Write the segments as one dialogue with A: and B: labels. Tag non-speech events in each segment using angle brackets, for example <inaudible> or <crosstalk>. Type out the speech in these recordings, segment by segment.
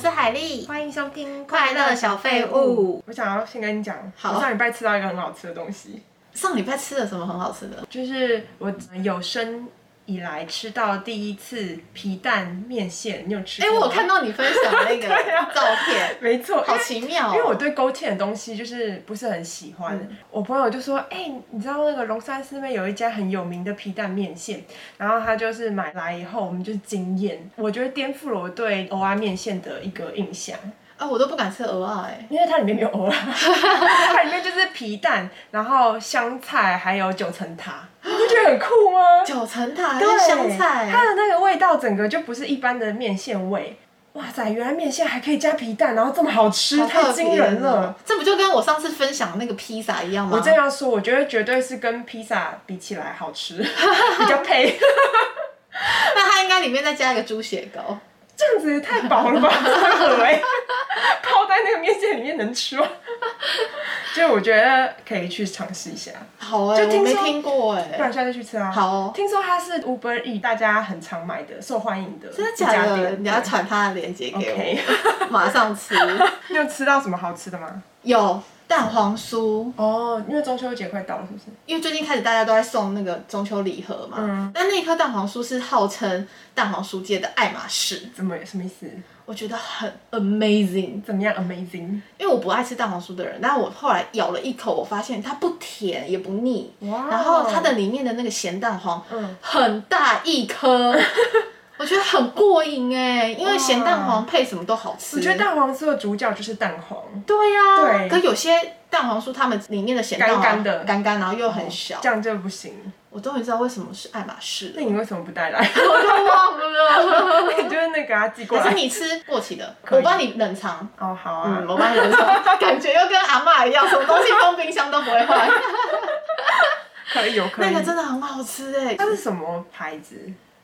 A: 是海丽，
B: 欢迎收听
A: 快乐小废物。
B: 我想要先跟你讲，
A: 好
B: 我上礼拜吃到一个很好吃的东西，
A: 上礼拜吃了什么很好吃的？
B: 就是我有生以来吃到第一次皮蛋面线。你有吃
A: 哎、
B: 过吗？
A: 我有看到你分享那 <laughs> 个
B: 对啊
A: 照片，
B: 没错，
A: 好奇妙、
B: 因为我
A: 哦。
B: 对勾芡的东西就是不是很喜欢，我朋友就说：“哎、你知道那个龙山寺面有一家很有名的皮蛋面线，然后他就是买来以后，我们就惊艳，我觉得颠覆了我对蚵仔面线的一个印象，
A: 啊，我都不敢吃鹅啊、哎，
B: 因为它里面没有蚵 <laughs> 仔，它里面就是皮蛋，然后香菜还有九层塔，你不觉得很酷吗？
A: 九层塔
B: 对
A: 跟香菜，
B: 它的那个味道整个就不是一般的面线味。”哇塞，原来面线还可以加皮蛋，然后这么好吃，
A: 好
B: 太
A: 特
B: 惊
A: 别
B: 人了
A: 哦！。这不就跟我上次分享的那个披萨一样吗？
B: 我正要说，我觉得绝对是跟披萨比起来好
A: <laughs>
B: 吃，比较配。
A: 那它应该里面再加一个猪血糕。
B: 这样子也太薄
A: <laughs>
B: 了吧，三合哎，泡在那个面线里面能吃吗？就我觉得可以去尝试一下，
A: 好哎、
B: 就听
A: 我没
B: 说
A: 听过哎、
B: 不然下次去吃啊。
A: 好哦
B: 听说它是 Uber E 大家很常买的，受欢迎的
A: 真的
B: 一
A: 假
B: 家
A: 的？
B: 店。
A: 你要传它的链接给我
B: OK，<laughs>
A: <laughs> 马上吃。
B: 你有吃到什么好吃的吗？
A: 有蛋黄酥，
B: 哦，因为中秋节快到了，是不是？
A: 因为最近开始大家都在送那个中秋礼盒嘛，
B: 嗯
A: 那那一颗蛋黄酥是号称蛋黄酥界的爱马仕，
B: 怎么什么意思？
A: 我觉得很 amazing，
B: 怎么样？Amazing！
A: 因为我不爱吃蛋黄酥的人，但我后来咬了一口，我发现它不甜也不腻，
B: 哇哦
A: 然后它的里面的那个咸蛋黄，
B: 嗯
A: 很大
B: <laughs>
A: 一颗，我觉得很过瘾哎，因为
B: 哇
A: 咸蛋黄配什么都好吃。
B: 我觉得蛋黄酥的主角就是蛋黄，
A: 对呀、
B: 对
A: 可有些蛋黄酥它们里面的咸蛋黄
B: 干干的哦
A: 干干，然后又很小。
B: 这样就不行。
A: 我终于知道为什么是爱马仕了
B: 那。你为什么不带
A: <laughs>
B: 来？
A: 我就忘了。
B: 你就是那个啊，寄过
A: 可是
B: 来。
A: 你吃过期的，
B: 可以
A: 我帮你冷藏。
B: 哦，好啊。
A: 嗯，我帮你冷藏， <laughs> 感觉又跟阿嬷一样，什么东西放冰箱都不会 <laughs> 坏。
B: 可以，有可以。
A: 那个真的很好吃哎、
B: 它是什么牌子？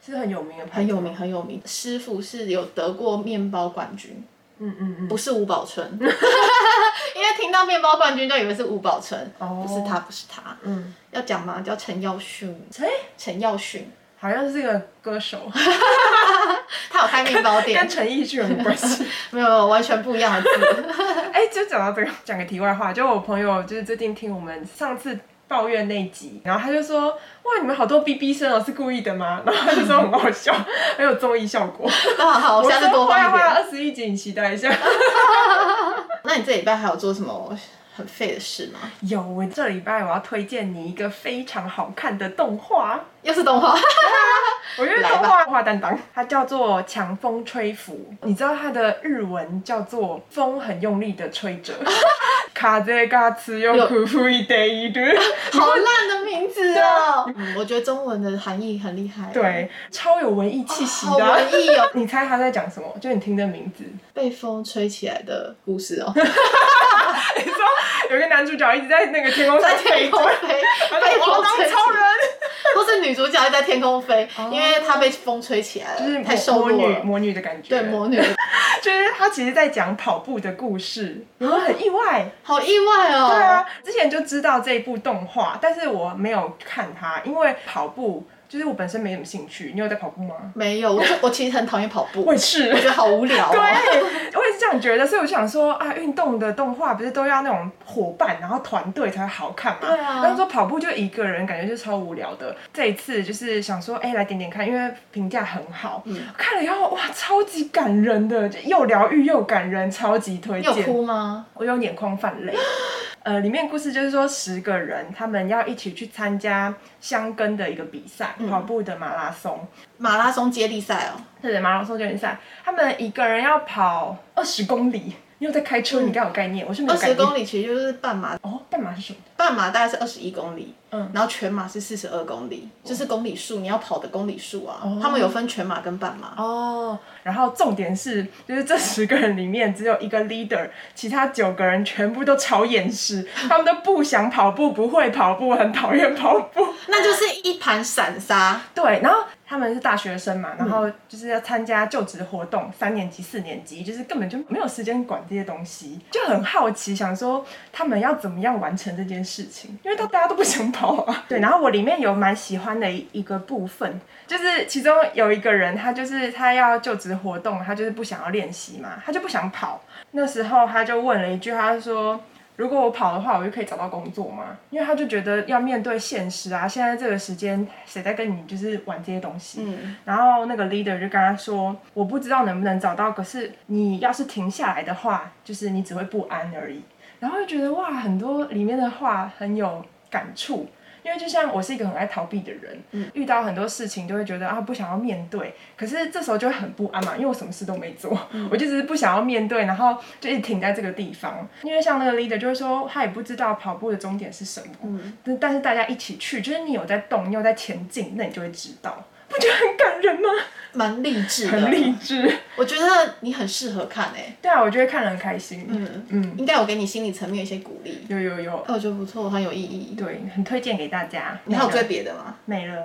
B: 是很有名的牌
A: 很
B: 子。
A: 有名，很有名。师傅是有得过面包冠军，
B: 嗯嗯嗯。
A: 不是吴宝春， <laughs> 因为听到面包冠军就以为是吴宝春，
B: 哦
A: 不是他，不是他。
B: 嗯，
A: 要讲吗？叫陈耀迅，
B: 哎、
A: 陈耀迅，
B: 好像是个歌手，
A: 他有开面包
B: 跟
A: <laughs> 店，
B: 陈奕迅有关系。
A: 没有，没有完全不一样的字。 <laughs>
B: <laughs> 哎、就讲到这个，讲个题外话，就我朋友就是最近听我们上次。抱怨那一集，然后他就说：“哇，你们好多哔哔声哦，是故意的吗？” <laughs> 然后他就说很好笑，很有综艺效果。
A: 那好好，我
B: 我
A: 下次多
B: 说
A: 放
B: 坏
A: 一点
B: 话。二十一集，你期待一下。
A: 那你这礼拜还有做什么很废的事吗？
B: 有，我这礼拜我要推荐你一个非常好看的动画。
A: 又
B: <laughs>
A: 是动画，
B: 我觉得动画动画担当，它叫做《强风吹拂》，你知道它的日文叫做“风很用力的吹
A: <laughs>
B: 着”，卡在嘎呲又苦苦一得一度。
A: 好烂的名字哦。嗯，我觉得中文的含义很厉害。，
B: 啊对，超有文艺气息
A: 好
B: 的啊、
A: 文艺哦，
B: 你猜他在讲什么？就你听这名字，
A: 被风吹起来的故
B: <laughs>
A: 事哦，
B: 你说有一个男主角一直在那个天空上
A: 在天
B: 飞着
A: 空，飞，
B: 他
A: 被
B: 说 <laughs> 我要
A: 风
B: 当
A: 吹起
B: 超人，
A: 或是女主角在天空飞，
B: 哦
A: 因为她被风吹起来
B: 就是
A: 了，太
B: 魔
A: 瘦
B: 魔
A: 弱
B: 女
A: 了。
B: 魔女的感觉。
A: 对，魔女，
B: 就是他其实在讲跑步的故事，有没有很意外？
A: 好意外哦。
B: 对啊，之前就知道这一部动画，但是我没有看它，因为跑步就是我本身没什么兴趣。你有在跑步吗？
A: 没有，我就我其实很讨厌跑步，
B: 我
A: 我
B: 也是，
A: 觉得好无聊哦。
B: 对，我也是这样觉得，所以我就想说啊，运动的动画不是都要那种伙伴，然后团队才会好看嘛。
A: 对啊
B: 然后说跑步就一个人，感觉就超无聊的。这一次就是想说，哎、来点点看，因为评价很好。
A: 嗯
B: 看了以后，哇，超级感人的，就又疗愈又感人，超级推
A: 你有
B: 荐。
A: 哭吗？
B: 我有眼眶泛
A: <laughs>
B: 泪。呃，里面故事就是说，十个人他们要一起去参加香根的一个比赛，
A: 嗯
B: 跑步的马拉松，
A: 马拉松接力赛哦，
B: 对的马拉松接力赛。他们一个人要跑二十公里，你有在开车，你应该有概念，我是没
A: 嗯二
B: 有概
A: 十
B: 念。
A: 公里其实就是半马，
B: 哦，半马是什么？
A: 半马大概是二十一公里，
B: 嗯
A: 然后全马是四十二公里，就是公里数，你要跑的公里数啊。
B: 哦
A: 他们有分全马跟半马。
B: 哦，然后重点是，就是这十个人里面只有一个 leader，其他九个人全部都超厌世，他们都不想跑步，不会跑步，很讨厌跑步。
A: 那就是一盘散沙，
B: 对，然后他们是大学生嘛，然后就是要参加就职活动，三年级、四年级，就是根本就没有时间管这些东西，就很好奇，想说他们要怎么样完成这件事情，因为都大家都不想跑啊。对，然后我里面有蛮喜欢的一一个部分，就是其中有一个人，他就是他要就职活动，他就是不想要练习嘛，他就不想跑。那时候他就问了一句，他说。如果我跑的话，我就可以找到工作嘛？因为他就觉得要面对现实啊，现在这个时间谁在跟你就是玩这些东西？
A: 嗯，
B: 然后那个 leader 就跟他说，我不知道能不能找到，可是你要是停下来的话，就是你只会不安而已。然后就觉得哇，很多里面的话很有感触。因为就像我是一个很爱逃避的人，
A: 嗯
B: 遇到很多事情就会觉得啊不想要面对，可是这时候就会很不安嘛，因为我什么事都没做，
A: 嗯
B: 我就只是不想要面对，然后就一直停在这个地方。因为像那个 leader 就会说，他也不知道跑步的终点是什么，
A: 嗯
B: 但但是大家一起去，就是你有在动，你有在前进，那你就会知道，不觉得很感人吗？
A: 蛮励志
B: 很励
A: 的。
B: 志。
A: 我觉得你很适合看诶、
B: 对啊，我觉得看了很开心。嗯嗯，
A: 应该有给你心理层面一些鼓励。
B: 有有有，
A: 哎，我觉得不错，很有意义。
B: 对，很推荐给大家。
A: 你还有
B: 那个
A: 追别的吗？
B: 没了？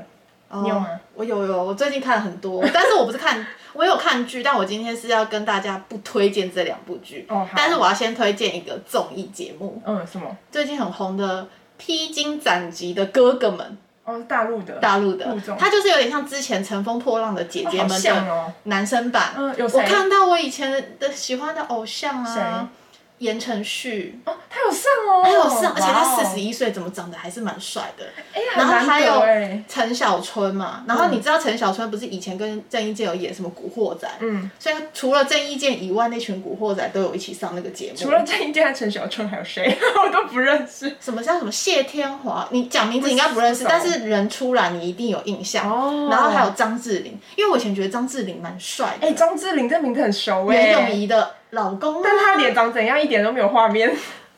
A: 哦
B: 你有吗？
A: 我有有，我最近看了很多， <laughs> 但是我不是看，我有看剧，但我今天是要跟大家不推荐这两部剧。
B: 哦好
A: 但是我要先推荐一个综艺节目，
B: 嗯，什么？
A: 最近很红的《披荆斩棘的哥哥们
B: 哦，是大陆的》，
A: 大陆的
B: 陆综，
A: 它就是有点像之前《乘风破浪的姐姐
B: 哦
A: 们
B: 好》像
A: 的
B: 哦。
A: 男生版。
B: 嗯有谁
A: 我看到我以前的喜欢的偶像啊，言承旭。
B: 哦，他有上哦，
A: 还有上，而且他
B: 哇哦
A: 四十，一岁，怎么长得还是蛮帅的。
B: 哎，很
A: 然后还
B: 难
A: 有
B: 得哎。
A: 陈小春嘛，
B: 嗯
A: 然后你知道陈小春不是以前跟郑伊健有演什么《古惑仔》，
B: 嗯，
A: 所以除了郑伊健以外，那群古惑仔都有一起上那个节目。
B: 除了郑伊健、陈小春，还有谁？ <laughs> 我都不认识。
A: 什么叫什么谢天华，你讲名字你应该不认识，
B: 不熟
A: 但是人出来你一定有印象。
B: 哦
A: 然后还有张智霖，因为我以前觉得张智霖蛮帅的，
B: 哎，张智霖这名字很熟哎。
A: 袁咏仪的老公啊。
B: 但他脸长怎样一点都没有画
A: <laughs>
B: 面。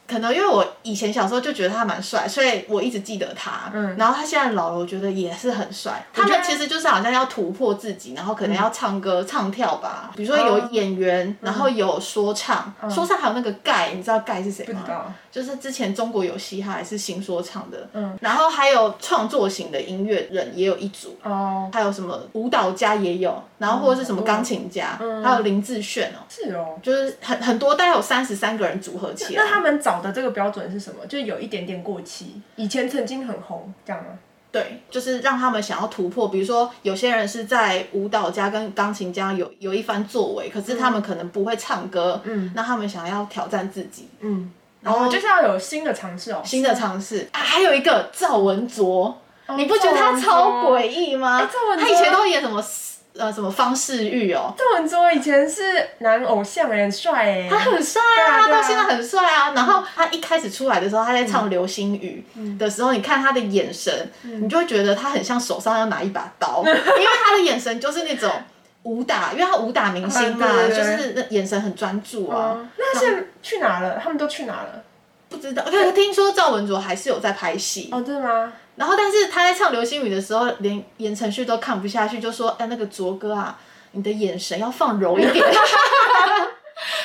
A: 可能因为我以前小时候就觉得他蛮帅，所以我一直记得他。
B: 嗯
A: 然后他现在老了，我觉得也是很帅。
B: 我
A: 他
B: 觉得嗯
A: 们其实就是好像要突破自己，然后可能要唱歌、唱跳吧，比如说
B: 哦
A: 有演员，然后有说唱，说唱还有那个盖，你知道盖是谁
B: 嗯不知道
A: 吗？就是之前中国有嘻哈还是新说唱的，
B: 嗯
A: 然后还有创作型的音乐人也有一组，
B: 哦，
A: 还有什么舞蹈家也有，然后或者是什么钢琴家，
B: 嗯
A: 还有林志炫哦，
B: 是哦。
A: 就是很很多，大概有三十三个人组合起来。
B: 那他们找的这个标准是什么？就是有一点点过期，以前曾经很红，这样吗？
A: 对，就是让他们想要突破。比如说，有些人是在舞蹈家跟钢琴家有有一番作为，可是他们可能不会唱歌，
B: 嗯
A: 那他们想要挑战自己，
B: 嗯，
A: 然后
B: 哦就是要有新的尝试哦。
A: 新的尝试啊。还有一个赵文卓，
B: 哦
A: 你不觉得他
B: 啊
A: 超诡异吗？
B: 哎赵文卓
A: 他以前都演什么呃什么方世玉哦，
B: 赵文卓以前是男偶像哎，很帅哎。
A: 他很帅
B: 对啊
A: 啊，
B: 对
A: 他
B: 啊嗯
A: 到现在很帅啊。然后他一开始出来的时候，他在唱《流星雨》的时候，你看他的眼神，
B: 嗯
A: 你就会觉得他很像手上要拿一把
B: <laughs>
A: 刀，因为他的眼神就是那种武打，因为他武打明星嘛，
B: 嗯对对
A: 就
B: 对
A: 是那眼神很专注啊
B: 哦。那他现在去哪了？他们都去哪了？
A: 不知道，可听说赵文卓还是有在拍戏，
B: 哦，真的吗？
A: 然后但是他在唱《流星雨》的时候，连言承旭都看不下去，就说：“哎，那个卓哥啊，你的眼神要放柔一点。” <laughs>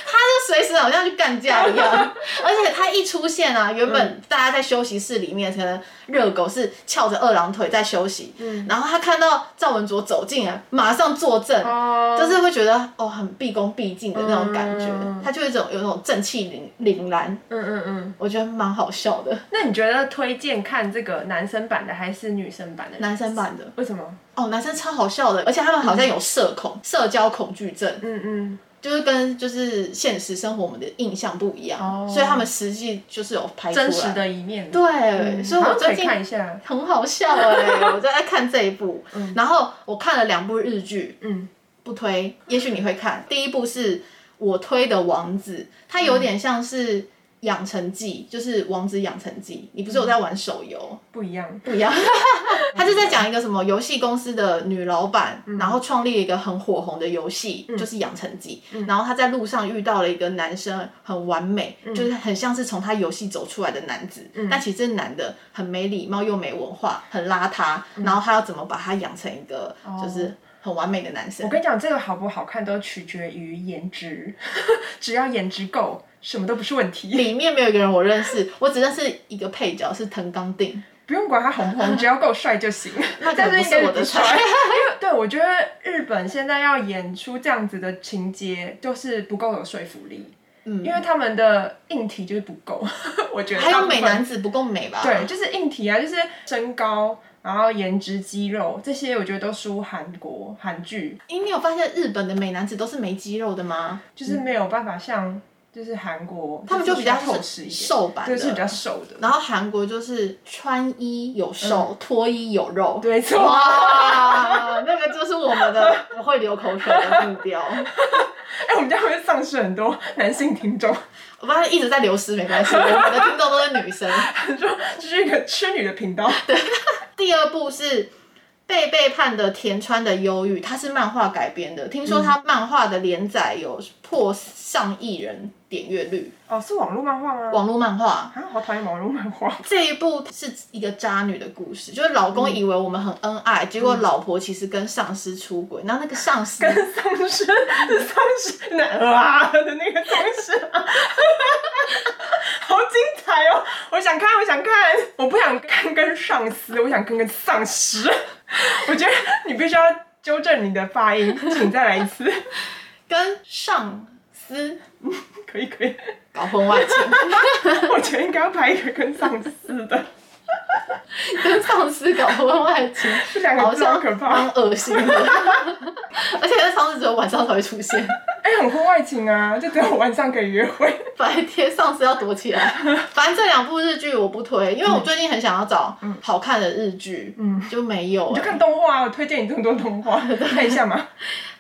A: 他就随时好像去干架
B: <laughs>
A: 一样，而且他一出现啊，原本大家在休息室里面，可能热狗是翘着二郎腿在休息，
B: 嗯
A: 然后他看到赵文卓走进来，马上坐正，
B: 哦，
A: 就是会觉得哦很毕恭毕敬的那种感觉，
B: 嗯
A: 他就有一种有那种正气凛凛然，
B: 嗯嗯嗯。
A: 我觉得蛮好笑的，
B: 那你觉得推荐看这个男生版的还是女生版的？
A: 男生版的。
B: 为什么？
A: 哦，男生超好笑的，而且他们好像有社恐、社交恐惧症，
B: 嗯嗯，
A: 就是跟就是现实生活我们的印象不一样，
B: 哦
A: 所以他们实际就是有拍出来。
B: 真实的一面。
A: 对，
B: 嗯，
A: 所以
B: 好
A: 我
B: 像可
A: 最
B: 以
A: 近
B: 看一下。
A: 很好笑哎、我就在看这一
B: <laughs>
A: 部，然后我看了两部日剧，
B: 嗯，
A: 不推，也许你会看。第一部是我推的《王子》，它
B: 嗯
A: 有点像是养成记，就是《王子养成记》，你不是有在玩手游？
B: 不一样。
A: 不一样。 <laughs> 他就在讲一个什么游戏公司的女老板，
B: 嗯
A: 然后创立了一个很火红的游戏，就是《养成记》。
B: 嗯
A: 然后她在路上遇到了一个男生，很完美，
B: 嗯
A: 就是很像是从他游戏走出来的男子，但其实这男的很没礼貌，又没文化，很邋遢。
B: 嗯
A: 然后他要怎么把他养成一个
B: 哦
A: 就是很完美的男生
B: 我？跟你讲，这个好不好看都取决于颜值， <laughs> 只要颜值够，什么都不是问题。
A: <laughs> 里面没有一个人我认识，我只认识一个配角是藤冈定，
B: 不用管他红
A: <laughs>
B: 不红，只要够帅就行。
A: 那可
B: 但
A: 能不
B: 是
A: 是我的菜
B: 应该是不帅 <laughs> 因为对我觉得日本现在要演出这样子的情节，就是不够有说服力。
A: 嗯
B: 因为他们的硬体就是不够，我觉得
A: 还
B: 大
A: 有
B: 部分
A: 美男子不够美吧？
B: 对，就是硬体啊，就是身高，然后颜值、肌肉这些，我觉得都输韩国韩剧，
A: 诶，你有发现日本的美男子都是没肌肉的吗？
B: 就是没有办法像就是韩国，
A: 嗯他们就比较
B: 厚实一点，
A: 瘦版
B: 对，是比
A: 的。
B: 较瘦的。
A: 然后韩国就是穿衣有瘦，脱衣有肉。
B: 对，错。
A: 哇，那个就是我们的 <laughs> 我会流口水的目标。 <laughs>
B: 哎、我们这样会丧失很多 <laughs> 男性听众，
A: 我发现一直在流失没关
B: <laughs>
A: 系，我们的听众都是女生。
B: 说这是一个痴女的频道。
A: 第二部是被背叛的田川的忧郁，它是漫画改编的，听说
B: 嗯
A: 它漫画的连载有破上亿人点阅率，
B: 哦，是网络漫画吗？
A: 网络漫画。
B: 啊，好讨厌网络漫画。
A: 这一部是一个渣女的故事，就是老
B: 嗯
A: 公以为我们很恩爱，结果老婆其实跟上司出轨，那那个上司
B: <laughs> 丧尸，丧尸男啊的那个丧尸、啊，好精彩哦！我想看，我想看，我不想看跟上司，我想看跟丧尸。我觉得你必须要纠正你的发音，请再来一次。
A: 跟上司
B: 可以可以， <laughs>
A: 搞婚外情，
B: 我觉得应该要拍一个跟丧尸的，
A: 跟上司搞婚
B: <laughs>
A: 外情，
B: 这两
A: 好
B: 个字好
A: 像
B: 可怕
A: 蛮。恶心的， <laughs> 而且那上司只有晚上才会出现。
B: 哎、很婚外情啊，就只有晚上可以约会。
A: 白天上司要躲起来。反正这两部日剧我不推，因为我最近很想要找好看的日剧，
B: 嗯
A: 就没有、
B: 你就
A: 欸。
B: 看动画啊，我推荐你这么多动 <laughs> 画，看一下嘛。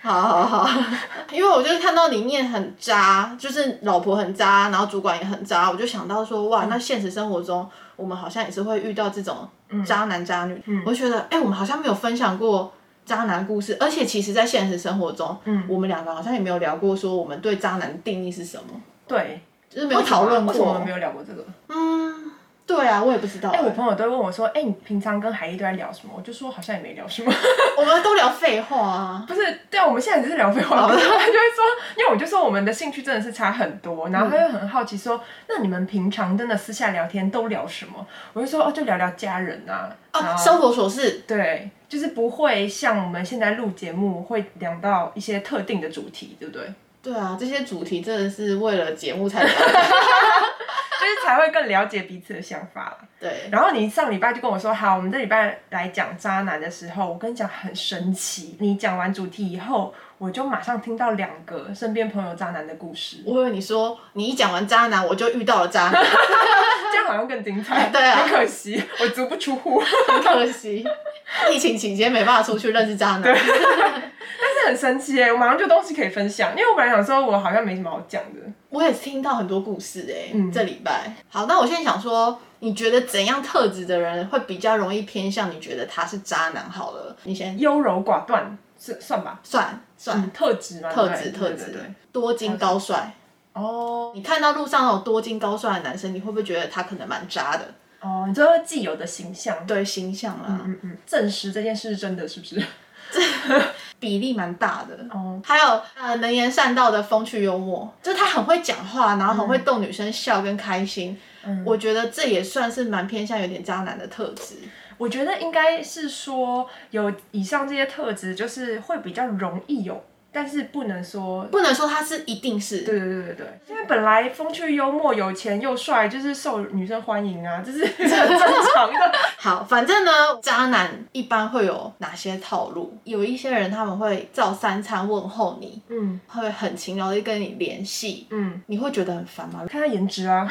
A: 好好好， <laughs> 因为我就是看到里面很渣，就是老婆很渣，然后主管也很渣，我就想到说，哇，那现实生活中我们好像也是会遇到这种渣男渣女。
B: 嗯
A: 我就觉得，哎、我们好像没有分享过。渣男故事，而且其实，在现实生活中，
B: 嗯
A: 我们两个好像也没有聊过，说我们对渣男的定义是什么，
B: 对，
A: 就是没有讨论
B: 为什么我
A: 过
B: 们没。有聊过这个？
A: 嗯，对啊，我也不知道、
B: 哎、我朋友都会问我说：“哎、你平常跟海莉都在聊什么？”我就说好像也没聊什么。 <laughs>
A: 我们都聊废话啊。
B: 不是，对啊，我们现在只是聊废话。 <laughs> 他就会说，因为我就说我们的兴趣真的是差很多，然后他就很好奇说：“那你们平常真的私下聊天都聊什么？”我就说：“哦，就聊聊家人啊。”
A: 啊，
B: 然后
A: 生活琐事，
B: 对，就是不会像我们现在录节目会聊到一些特定的主题，对不 <laughs> 对？
A: 对啊，这些主题真的是为了节目才聊 <laughs> 的。
B: 就是才会更了解彼此的想法啦。
A: 对，
B: 然后你上礼拜就跟我说，好，我们这礼拜来讲渣男的时候，我跟你讲很神奇。你讲完主题以后，我就马上听到两个身边朋友渣男的故事，
A: <laughs> 我以为你说你一讲完渣男，我就遇到了渣男，
B: <laughs> 这样好像更精彩。
A: <laughs> 对啊
B: 很可惜我足不出户，
A: 很可惜，疫情期间没办法出去认识渣男。
B: 但是很神奇耶，我马上就有东西可以分享，因为我本来想说我好像没什么好讲的。
A: 我也听到很多故事哎、
B: 嗯
A: 这礼拜。好，那我现在想说，你觉得怎样特质的人会比较容易偏向你觉得他是渣男？好了，你先
B: 优柔寡断是算吧，
A: 算算
B: 嗯，特质嘛，
A: 特
B: 对不
A: 质
B: 对
A: 特
B: 对对对
A: 质，多金高帅。
B: 哦
A: 你看到路上那种多金高帅的男生，你会不会觉得他可能蛮渣的？
B: 哦，你说既有的形象，
A: 对形象啦，
B: 嗯嗯，证实这件事是真的，是不是？
A: 比例蛮大的。
B: 哦，
A: 还有呃，能言善道的风趣幽默，就是他很会讲话，然后很会逗女生笑跟开心。
B: 嗯
A: 我觉得这也算是蛮偏向有点渣男的特质。
B: 我觉得应该是说有以上这些特质，就是会比较容易有，但是不能说。
A: 不能说他是一定是，
B: 对对对对对，因为本来风趣幽默、有钱又帅，就是受女生欢迎啊，这是 <laughs> 很正常的。
A: 好，反正呢，渣男一般会有哪些套路？有一些人他们会照三餐问候你，
B: 嗯
A: 会很勤劳的跟你联系，
B: 嗯，
A: 你会觉得很烦吗？
B: 看他颜值啊，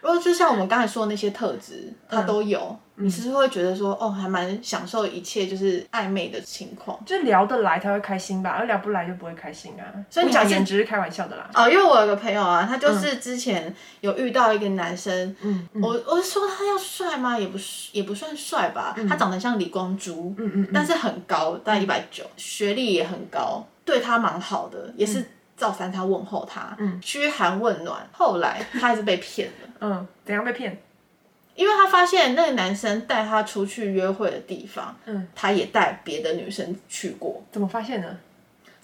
A: 如果就像我们刚才说的那些特质，他都有，
B: 嗯
A: 你是不是会觉得说，哦，还蛮享受一切就是暧昧的情况？
B: 就聊得来才会开心吧，而聊不来就不会开心啊。
A: 所以你
B: 我讲
A: 还是
B: 颜值是开玩笑的啦。
A: 哦，因为我有个朋友啊，他就是之前有遇到一个男生，
B: 嗯嗯
A: 我我是说他要帅吗？也不是，也不算帅吧，他长得像李光洙，
B: 嗯嗯嗯，嗯
A: 但是很高，大概一百九，学历也很高，对他蛮好的，也是照三餐问候他，
B: 嗯
A: 嘘寒问暖。后来他还是被骗了。
B: 嗯，怎样被骗？
A: 因为他发现那个男生带他出去约会的地方，
B: 嗯，
A: 他也带别的女生去过，
B: 怎么发现呢？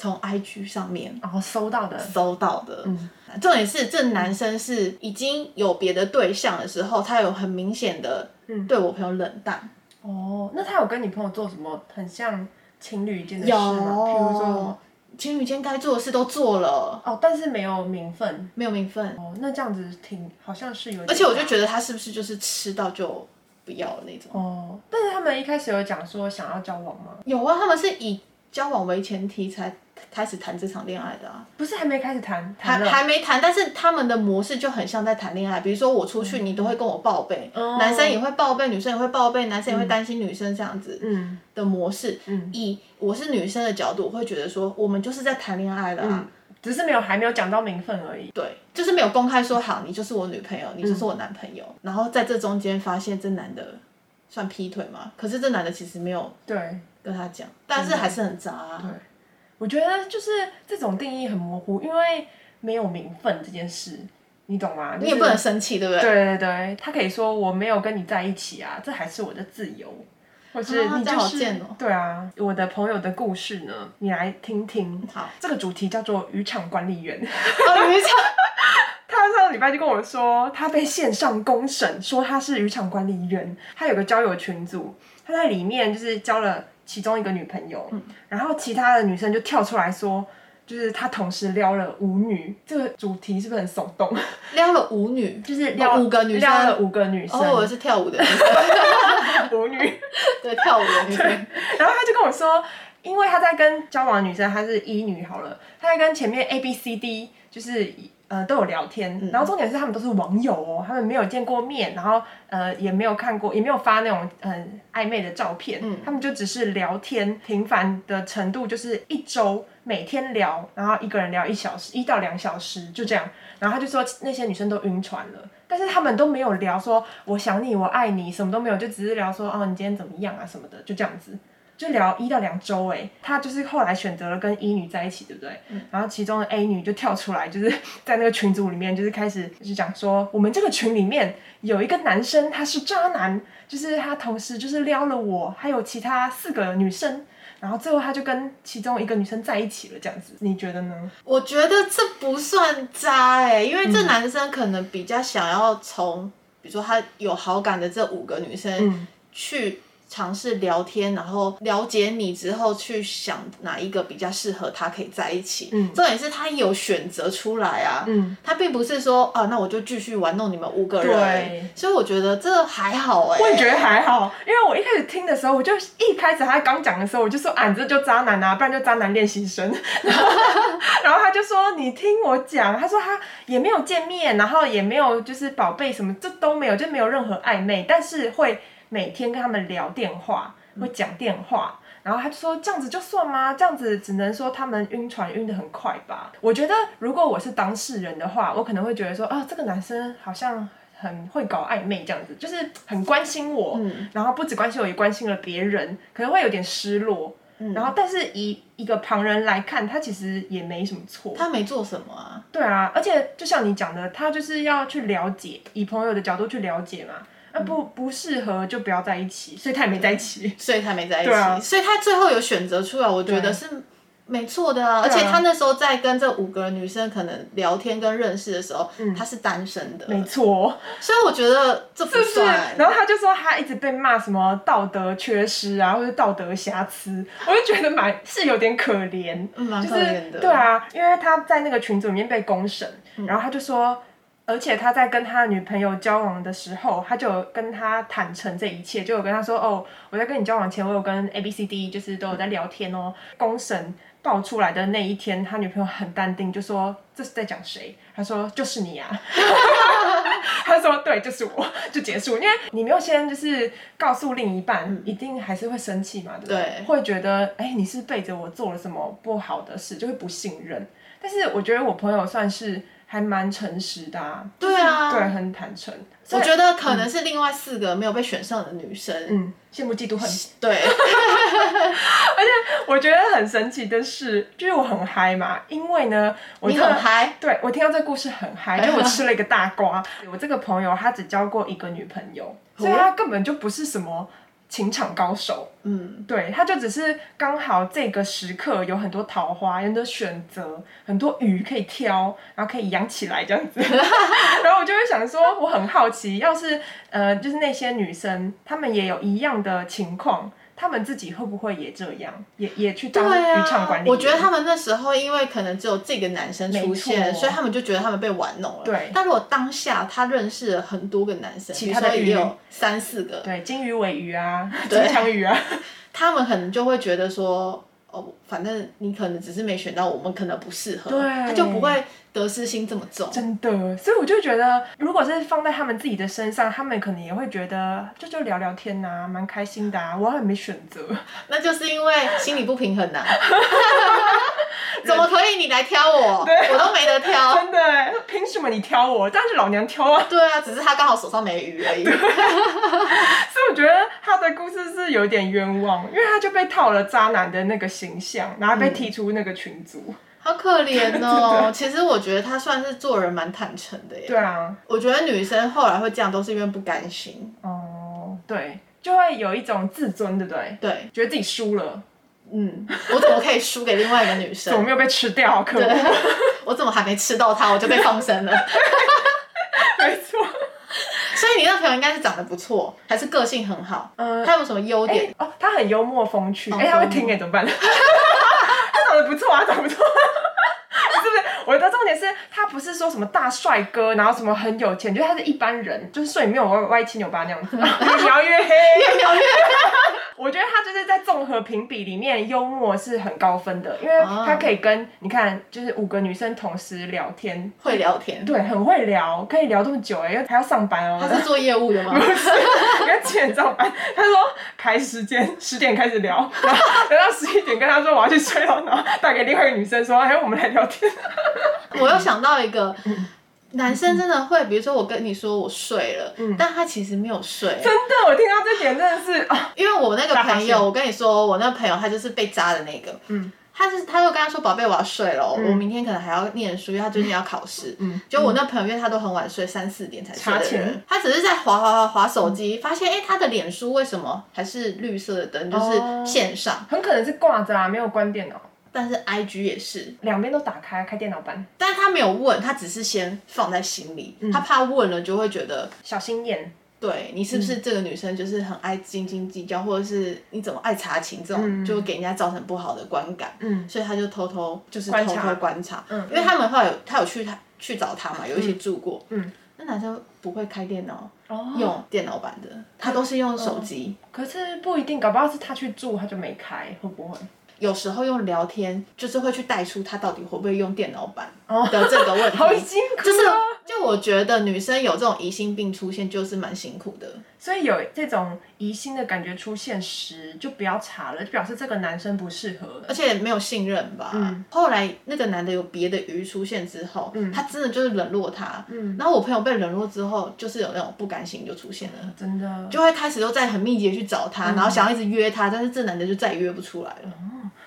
A: 从 IG 上面
B: 然后搜到的，
A: 搜到的。
B: 嗯，
A: 重点是这男生是已经有别的对象的时候，他有很明显的
B: 嗯
A: 对我朋友冷淡。
B: 哦，那他有跟你朋友做什么很像情侣间的事
A: 有
B: 吗？比如说什么
A: 情侣间该做的事都做了，
B: 哦，但是没有名分
A: 没有名分，
B: 哦，那这样子挺好像是有点，
A: 而且我就
B: 得
A: 觉得他是不是就是吃到就不要了那种？
B: 哦，但是他们一开始有讲说想要交往吗？
A: 有啊，他们是以交往为前提才开始谈这场恋爱的啊，
B: 不是还没开始谈，
A: 还
B: 谈了
A: 还没谈，但是他们的模式就很像在谈恋爱。比如说我出去，你都会跟我报备，
B: 嗯哦
A: 男生也会报备，女生也会报备，男生也会担心女生这样子
B: 嗯
A: 的模式。
B: 嗯
A: 以我是女生的角度，我会觉得说我们就是在谈恋爱的啊。
B: 嗯，只是没有还没有讲到名分而已。
A: 对，就是没有公开说好，你就是我女朋友，你就是我男朋友。然后在这中间发现这男的算劈腿嘛，可是这男的其实没有
B: 对，
A: 跟他讲，但是还是很渣、
B: 嗯
A: 啊。
B: 我觉得就是这种定义很模糊，因为没有名分这件事，你懂吗？
A: 你也
B: 就是
A: 不能生气，对不对？
B: 对对对，他可以说我没有跟你在一起啊，这还是我的自由，或是
A: 啊
B: 你
A: 这
B: 就
A: 好
B: 是、
A: 贱哦
B: 对啊，我的朋友的故事呢，你来听听。
A: 好，
B: 这个主题叫做渔场管理员，
A: 哦，你唱
B: 他上个礼拜就跟我说，他被线上公审，说他是渔场管理员，他有个交友群组，他在里面就是交了其中一个女朋友，
A: 嗯
B: 然后其他的女生就跳出来说。就是他同时撩了舞女，这个主题是不是很耸动？ <laughs>
A: 撩了舞女，
B: 就是
A: 撩
B: 撩
A: 哦五个女生
B: 撩了五个女生，
A: 哦，我是跳舞的女
B: <laughs>
A: 生，
B: 舞女。
A: 对，跳舞的女生，
B: 然后他就跟我说，因为他在跟交往的女生，她是一女好了，他在跟前面 A B C D 就是呃都有聊天，然后重点是他们都是网友哦，他们没有见过面，然后呃也没有看过，也没有发那种嗯、呃、暧昧的照片，他们就只是聊天，频繁的程度就是一周。每天聊，然后一个人聊一小时，一到两小时就这样。然后他就说那些女生都晕船了，但是他们都没有聊说我想你，我爱你，什么都没有，就只是聊说哦你今天怎么样啊什么的，就这样子。就聊一到两周哎，他就是后来选择了跟 E 一女在一起，对不对？然后其中的 A 女就跳出来，就是 <laughs> 在那个群组里面，就是开始就是讲说，我们这个群里面有一个男生他是渣男，就是他同时就是撩了我，还有其他四个女生，然后最后他就跟其中一个女生在一起了，这样子，你觉得呢？
A: 我觉得这不算渣哎、因为这男生可能比较想要从，比如说他有好感的这五个女生
B: 嗯
A: 去。尝试聊天，然后了解你之后，去想哪一个比较适合他可以在一起。
B: 嗯
A: 重点是他有选择出来啊，
B: 嗯，
A: 他并不是说啊，那我就继续玩弄你们五个人
B: 对。
A: 所以我觉得这还好哎、
B: 我也觉得还好，因为我一开始听的时候，我就一开始他刚讲的时候，我就说啊，你这就渣男啊，不然就渣男练习生。 <laughs> 然后，然后他就说你听我讲，他说他也没有见面，然后也没有就是宝贝什么，这都没有，就没有任何暧昧，但是会每天跟他们聊电话，会讲电话。然后他就说这样子就算吗？这样子只能说他们晕船晕得很快吧。我觉得如果我是当事人的话，我可能会觉得说啊，这个男生好像很会搞暧昧这样子，就是很关心我，
A: 嗯
B: 然后不只关心我，也关心了别人，可能会有点失落。
A: 嗯
B: 然后，但是以一个旁人来看，他其实也没什么错。
A: 他没做什么啊，
B: 对啊，而且就像你讲的，他就是要去了解，以朋友的角度去了解嘛。那、不
A: 嗯
B: 不适合就不要在一起，所以他也没在一起。
A: 所以他没在一起。
B: 对啊
A: 所以他最后有选择出来，我觉得
B: 对
A: 是没错的啊。而
B: 对啊
A: 且他那时候在跟这五个女生可能聊天跟认识的时候，他是单身的，
B: 嗯没错，
A: 所以我觉得这不
B: 是不是？
A: 算。
B: 然后他就说他一直被骂什么道德缺失啊，或者道德瑕疵，我就觉得蛮是有点可怜。
A: 嗯蛮
B: 就
A: 可
B: 是
A: 怜的，嗯
B: 对，啊，因为他在那个群组里面被公审，然后他就说，而且他在跟他女朋友交往的时候，他就有跟他坦诚这一切，就有跟他说，哦，我在跟你交往前，我有跟 A B C D 就是都有在聊天哦。公审爆出来的那一天，他女朋友很淡定，就说这是在讲谁？他说就是你啊。他说：“对，就是我，就结束。因为你没有先就是告诉另一半，一定还是会生气嘛，对不对？
A: 对
B: 会觉得哎、你是背着我做了什么不好的事，就会不信任。但是我觉得我朋友算是还蛮诚实的、啊，
A: 对啊
B: 就是对，很坦诚。
A: 我
B: 所以
A: 觉得可能是另外四个没有被选上的女生，
B: 嗯，羡慕嫉妒
A: <laughs>
B: 恨。
A: 对，
B: 我觉得很神奇的是，就是我很嗨嘛，因为呢， <laughs> 我
A: 你
B: 特
A: 很嗨，
B: 对我听到这个故事很
A: <laughs>
B: 嗨，就我吃了一个
A: 哦
B: 大瓜。我这个朋友他只交过一个女朋友，所以他根本就不是什么情场高手，
A: 嗯，
B: 对，他就只是刚好这个时刻有很多桃花，有很多选择，很多鱼可以挑，然后可以养起来这
A: <laughs>
B: 样子。 <laughs> 然后我就会想说，我很好奇，要是呃，就是那些女生，她们也有一样的情况，她们自己会不会也这样，也也去当
A: 对
B: 渔
A: 啊，
B: 场管理员？
A: 我觉得他们那时候因为可能只有这个男生出
B: 没
A: 现，
B: 错
A: 所以他们就觉得他们被玩弄了。
B: 对
A: 但如果当下他认识了很多个男生，
B: 其他的
A: 比如说
B: 鱼
A: 也有三四个，
B: 对金鱼、尾鱼啊，金
A: 对
B: 枪鱼啊， <laughs>
A: 他们可能就会觉得说，哦，反正你可能只是没选到，我们可能不适合，
B: 对
A: 他就不会得失心这么重。
B: 真的，所以我就觉得，如果是放在他们自己的身上，他们可能也会觉得，这就聊聊天呐、蛮开心的啊，我很没选择。
A: 那就是因为心理不平
B: <laughs>
A: 衡呐、怎么可以你来挑我，
B: 对啊
A: 我都没得挑。
B: 真的欸，凭什么你挑我？当然是老娘挑啊！ <laughs>
A: 对啊，只是他刚好手上没鱼而已。
B: 所以我觉得他的故事是有点冤枉，因为他就被套了渣男的那个形象，然后被踢出那个群组。
A: 好可
B: <laughs>
A: 怜哦！其实我觉得他算是做人蛮坦诚的耶。
B: 啊对啊，
A: 我觉得女生后来会这样，都是因为不甘心。
B: 哦、对，就会有一种自尊，对不对？
A: 对，
B: 觉得自己输了，
A: 嗯，
B: <laughs>
A: 我怎么可以输给另外一个女
B: 怎么
A: 生？
B: 没有被吃掉？好可
A: 对
B: 恶，，
A: 我怎么还没吃到她，我就被放生了？
B: <laughs> 没错。
A: 所以你那朋友应该是长得不错，还是个性很好？
B: 嗯
A: 他有什么优
B: 哎、
A: 点？
B: 哦，他很幽默风趣，
A: 哦
B: 哎、他会听哎、怎么办？ <laughs> 他长得不错啊，长得不错、 <laughs> 是不是？我的重点是他不是说什么大帅哥，然后什么很有钱，就是他是一般人，就是所以没有歪歪七扭八那样子， <laughs> 越描越黑。
A: 越描越
B: 我觉得他就是在综合评比里面，幽默是很高分的，因为
A: 哦
B: 他可以跟、你看，就是五个女生同时聊天，
A: 会聊天。
B: 对，很会聊，可以聊这么久哎、因为还要上班哦。
A: 他是做业务的
B: <laughs>
A: 吗？
B: 因为七点上班，他说排时间十点开始聊，然后聊到十一点，跟他说我要去睡了，然后打给另外一个女生说，哎，我们来聊天。
A: 我又想到一个。男生真的会，比如说我跟你说我睡了，但他其实没有睡，
B: 真的，我听到这点真的是啊，
A: 因为我那个
B: 大发
A: 朋
B: 现
A: 友，我跟你说，我那个朋友他就是被扎的那个，
B: 嗯
A: 他是他就跟他说，宝贝，我要睡了哦，我明天可能还要念书，因为他最近要考试，
B: 嗯
A: 就我那朋友，因为他都很晚睡，三四点才睡
B: 查
A: 的
B: 寝
A: 人，他只是在滑滑滑滑手
B: 嗯
A: 机，发现哎、诶他的脸书为什么还是绿色的灯，
B: 哦
A: 就是线上，
B: 很可能是挂着啊，没有关电脑，
A: 但是 I G 也是，
B: 两边都打开，开电脑版，
A: 但他没有问，他只是先放在心里，
B: 嗯
A: 他怕问了就会觉得。
B: 小心眼。
A: 对你是不
B: 嗯
A: 是这个女生就是很爱斤斤计较，或者是你怎么爱查情这种，
B: 嗯
A: 就给人家造成不好的观感。
B: 嗯
A: 所以他就偷偷就是
B: 观
A: 偷
B: 察
A: 偷观察，
B: 嗯
A: 因为他们后来有他有去他去找他嘛，有一起住过，
B: 嗯，
A: 那男生不会开电脑，
B: 哦嗯
A: 用电脑版的，他都是用手机，
B: 可是不一定，搞不好是他去住，他就没开，会不会？
A: 有时候用聊天，就是会去带出他到底会不会用电脑版
B: 哦
A: 的这个问题，
B: <laughs> 好辛苦、啊，
A: 就是就我觉得女生有这种疑心病出现，就是蛮辛苦的。
B: 所以有这种疑心的感觉出现时，就不要查了，就表示这个男生不适合。
A: 而且没有信任吧。
B: 嗯
A: 后来那个男的有别的鱼出现之后，他真的就是冷落他。
B: 嗯
A: 然后我朋友被冷落之后，就是有那种不甘心就出现了，
B: 真的，
A: 就会开始都在很密集的去找
B: 嗯
A: 他，然后想要一直约他，但是这男的就再也约不出来了。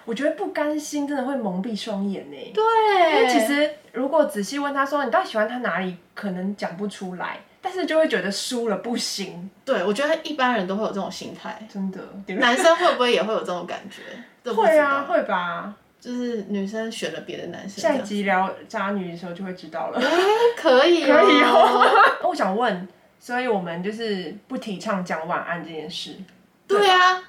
B: 我觉得不甘心真的会蒙蔽双眼呢。因
A: 对
B: 为其实如果仔细问他说你到底喜欢他哪里，可能讲不出来，但是就会觉得输了不行，
A: 对我觉得一般人都会有这种心态， <laughs>
B: 真的。
A: 男生会不会也会有这种感觉？这不知
B: 会
A: 道
B: 啊，，会吧。
A: 就是女生选了别的男生，
B: 下一集聊渣女的时候就会知道了。<laughs>
A: 这样哎可以
B: 可以
A: 哦。
B: 哦。我想问，所以我们就是不提倡讲晚安这件事，<laughs>
A: 对啊，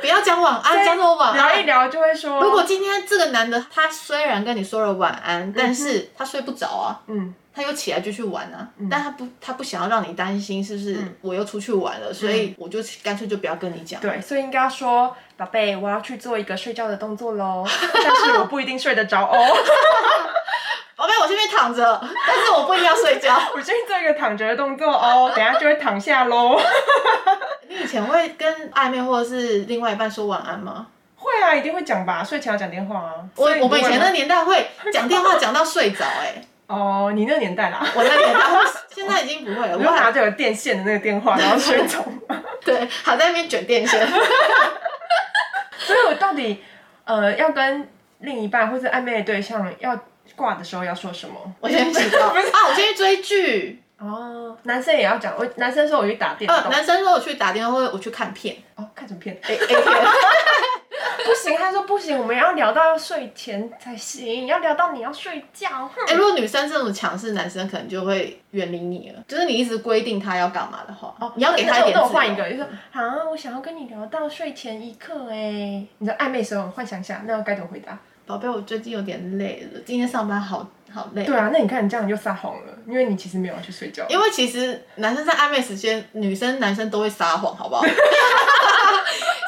A: 不要讲晚安，讲什么晚安
B: 聊一？聊就会说，
A: 哦如果今天这个男的他虽然跟你说了晚安，但是他睡不着啊，
B: 嗯
A: 他又起来就去玩啊，但他不他不想要让你担心，是不是
B: 嗯
A: 我又出去玩了，所以我就干脆就不要跟你讲。
B: 对，所以应该要说，宝贝，我要去做一个睡觉的动作喽， <laughs> 但是我不一定睡得着哦。
A: 宝贝，我这边
B: <laughs>
A: 躺着，但是我不一定要睡觉。
B: 我先做一个躺着的动作哦，等一下就会躺下喽。
A: 你以前会跟暧昧或者是另外一半说晚安吗？
B: 会啊，一定会讲吧，睡前要讲电话啊。
A: 我
B: 所你
A: 我们以
B: 不
A: 前
B: 会
A: 那
B: 吗
A: 年代会讲电话讲到睡着，
B: <laughs>
A: 哎，
B: 哦，你那个年代啦，
A: 我那年代会，现在已经不会了。
B: 我
A: 我
B: 拿
A: 还
B: 着有电线的那个电话，然后睡着。
A: 对还在那边卷电线。
B: <laughs> 所以我到底呃要跟另一半或者暧昧的对象要挂的时候要说什么？
A: 我先去洗澡啊，我先去追剧。
B: 哦，男生也要讲，我男生说我去打电
A: 呃，
B: 动，
A: 男生说我去打电话会，我去看片
B: 哦，看什么片？
A: ，A A 片，
B: 不行，他说不行，我们要聊到睡前才行，要聊到你要睡觉。哼
A: 哎、如果女生这种强势，男生可能就会远离你了。就是你一直规定他要干嘛的话，哦你要给他一点
B: 那
A: 自
B: 我
A: 由。
B: 换一个，就说啊，我想要跟你聊到睡前一刻哎。你知道暧昧时候，你幻想一下，那该怎么回答？
A: 宝贝，我最近有点累了，今天上班好好累。
B: 对啊，那你看你这样你就撒谎了，因为你其实没有要去睡觉。
A: 因为其实男生在暧昧时间，女生男生都会撒谎，好不好？ <laughs>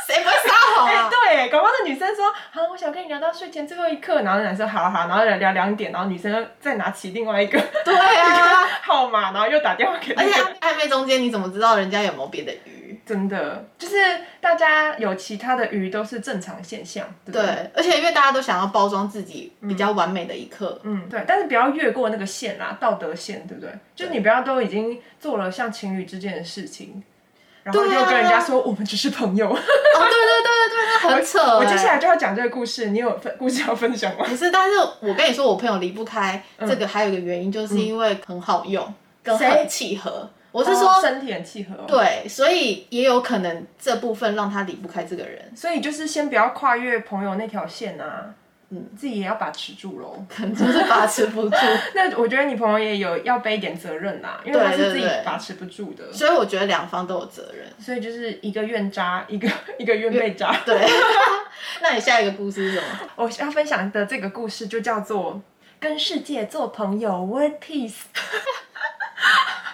A: 谁不会撒谎
B: 哎
A: 啊？
B: 对，搞不好那女生说啊，我想跟你聊到睡前最后一刻，然后那男生好啊好啊，然后聊聊两点，然后女生再拿起另外一个 <laughs>
A: 对啊，
B: 号码，然后又打电话给那
A: 而且
B: 个。
A: 暧昧中间你怎么知道人家有没有别的鱼？
B: 真的，就是大家有其他的鱼都是正常现象，对不
A: 对
B: 对？，
A: 而且因为大家都想要包装自己比较完美的一刻，
B: 嗯，对，但是不要越过那个线啦，道德线，对不对？就是你不要都已经做了像情侣之间的事情，然后
A: 对
B: 又
A: 啊
B: 跟人家说我们只是朋友。
A: 哦，对对对对，那很扯、欸。
B: <laughs> 我接下来就要讲这个故事，你有分故事要分享吗？
A: 不是，但是我跟你说，我朋友离不开这个，还有一个原因，就是因为很好用，跟
B: 嗯谁
A: 很契合。我
B: 我
A: 是说，
B: 身体很契合、哦，，
A: 对，所以也有可能这部分让他离不开这个人，
B: 所以就是先不要跨越朋友那条线啊，
A: 嗯，
B: 自己也要把持住喽。
A: 可能就是把持不住。 <laughs>
B: 那我觉得你朋友也有要背一点责任啦，因为他
A: 对
B: 是
A: 对
B: 自己
A: 对
B: 把持不住的，
A: 所以我觉得两方都有责任。
B: 所以就是一个愿渣，一个 <laughs> 一个愿被渣。
A: 对， <laughs> 那你下一个故事是什么？
B: 我要分享的这个故事就叫做《跟世界做朋友》（World Peace），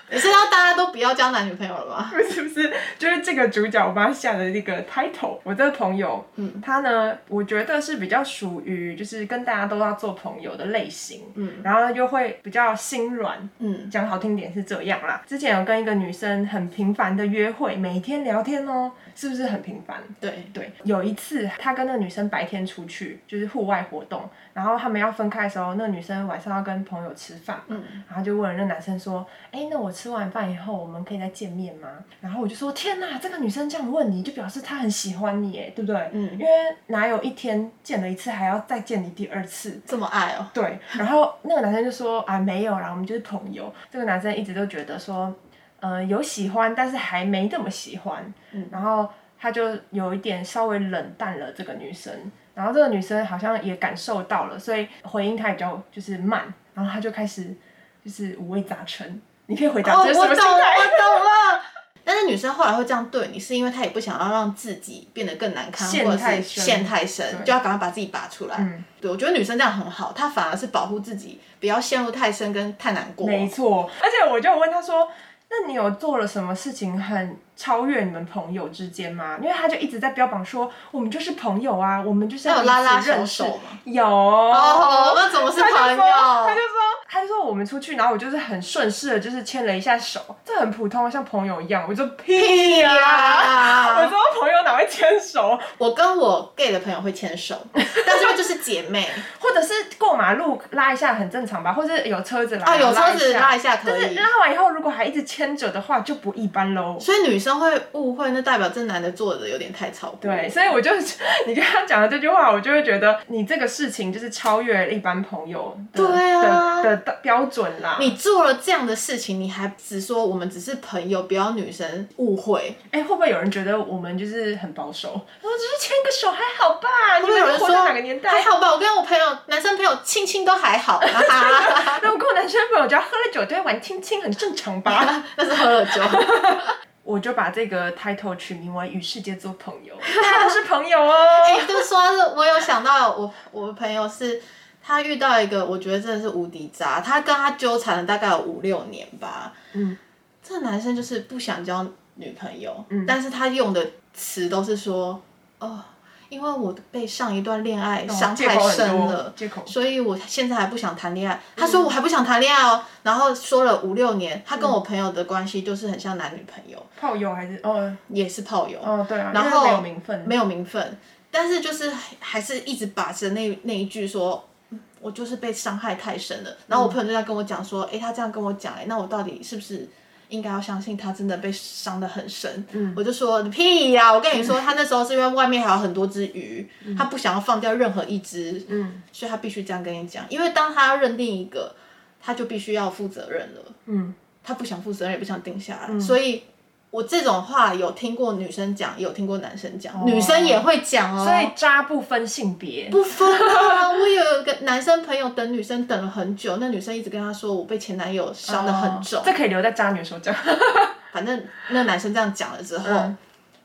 A: 你是要大家都不要交男女朋友了吗？
B: 不 <laughs> 是不是，就是这个主角我帮他下的这个 title。我这个朋友，嗯，他呢，我觉得是比较属于就是跟大家都要做朋友的类型，嗯，然后又会比较心软。
A: 嗯，
B: 讲好听点是这样啦，之前有跟一个女生很频繁的约会，每天聊天哦，是不是很频繁？
A: 对，
B: 对，有一次他跟那个女生白天出去，就是户外活动，然后他们要分开的时候，那个女生晚上要跟朋友吃饭，
A: 嗯，
B: 然后就问那男生说：“哎，那我吃完饭以后，我们可以再见面吗？”然后我就说：“天哪，这个女生这样问你，就表示她很喜欢你，哎，对不对？
A: 嗯
B: 因为哪有一天见了一次还要再见你第二次？”
A: 这么爱哦，
B: 对，然后那个男生就说啊没有啦，我们就是朋友。这个男生一直都觉得说，呃，有喜欢，但是还没那么喜欢。
A: 嗯
B: 然后他就有一点稍微冷淡了这个女生，然后这个女生好像也感受到了，所以回应他也比较就是慢，然后他就开始就是五味杂陈。你可以回答
A: 哦，
B: 这
A: 我
B: 是
A: 懂
B: 什么
A: 了，我
B: 心态？
A: 懂了。但是女生后来会这样对你，是因为她也不想要让自己变得更难堪，
B: 陷
A: 或者
B: 太
A: 是
B: 深
A: 陷太深，
B: 对
A: 就要赶快把自己拔出来。
B: 嗯
A: 对，我觉得女生这样很好，她反而是保护自己，不要陷入太深跟太难过。
B: 没错，而且我就问他说：“那你有做了什么事情很超越你们朋友之间吗？”因为他就一直在标榜说：“我们就是朋友啊，我们就是
A: 那有拉拉
B: 彼此认识
A: 小手吗？
B: 有
A: 哦，那怎么是
B: 他就
A: 朋
B: 说，他就
A: 友？
B: 说，他就说我们出去，然后我就是很顺势的，就是牵了一下手，这很普通，像朋友一样。我就屁呀、我
A: 呀！
B: 说朋友哪会牵手？
A: 我跟我 gay 的朋友会牵手，但是就是姐
B: <laughs>
A: 妹
B: 或者是过马路拉一下很正常吧，或者有车子来
A: 啊，有车子
B: 拉
A: 拉
B: 一下。
A: 一下
B: 但
A: 可
B: 是
A: 以。
B: 拉完以后，如果还一直牵着的话，就不一般喽。
A: 所以女生会误会，那代表这男的做的有点太超过。
B: 对，所以我就你跟他讲的这句话，我就会觉得你这个事情就是超越一般朋友的
A: 对
B: 的
A: 啊
B: 的的标准啦。
A: 你做了这样的事情，你还只说我们只是朋友，不要女生误会。
B: 哎、会不会有人觉得我们就是很保守？我只是牵个手还好吧？
A: 会
B: 你
A: 不会有
B: 们
A: 人
B: 活
A: 说
B: 在哪个年代？
A: 还好吧？我跟我朋友，男生朋友亲亲都还好，啊哈哈
B: 如果男生朋友只要喝了酒就会玩亲亲，很正常吧？
A: 那是喝了酒。 <laughs> 哎
B: 我就把这个 title 取名为“与世界做朋友”，大家都是朋友哦。
A: 哎、就说到这我有想到我我朋友是，他遇到一个我觉得真的是无敌渣，他跟他纠缠了大概有五六年吧。
B: 嗯，
A: 这男生就是不想交女朋友，但是他用的词都是说，哦，因为我被上一段恋爱伤
B: 哦借
A: 太
B: 口很
A: 深
B: 多
A: 了，。
B: 借口。
A: 所以我现在还不想谈恋爱。他说我还不想谈恋爱哦，然后说了五六年，他跟我朋友的关系就是很像男女朋友，
B: 炮友还是哦
A: 也是炮友，
B: 哦对啊，
A: 然
B: 因为
A: 后
B: 没有名分，
A: 没有名分，但是就是还是一直把着那那一句说。嗯我就是被伤害太深了，然
B: 嗯
A: 后我朋友就在跟我讲说，诶，他这样跟我讲，诶，那我到底是不是应该要相信他真的被伤得很深？
B: 嗯
A: 我就说你屁呀、我跟你说，他那时候是因为外面还有很多只鱼，他不想要放掉任何一只，
B: 嗯
A: 所以他必须这样跟你讲，因为当他认定一个，他就必须要负责任了。
B: 嗯，
A: 他不想负责任，也不想定下来，所以。我这种话有听过女生讲，也有听过男生讲，女生也会讲哦。
B: 哦所以渣不分性别，
A: 不分啊！我有一个男生朋友等女生等了很久，那女生一直跟他说我被前男友伤得很重。
B: 哦这可以留在渣女手
A: <laughs>
B: 讲。
A: 反正那男生这样讲了之后，
B: 嗯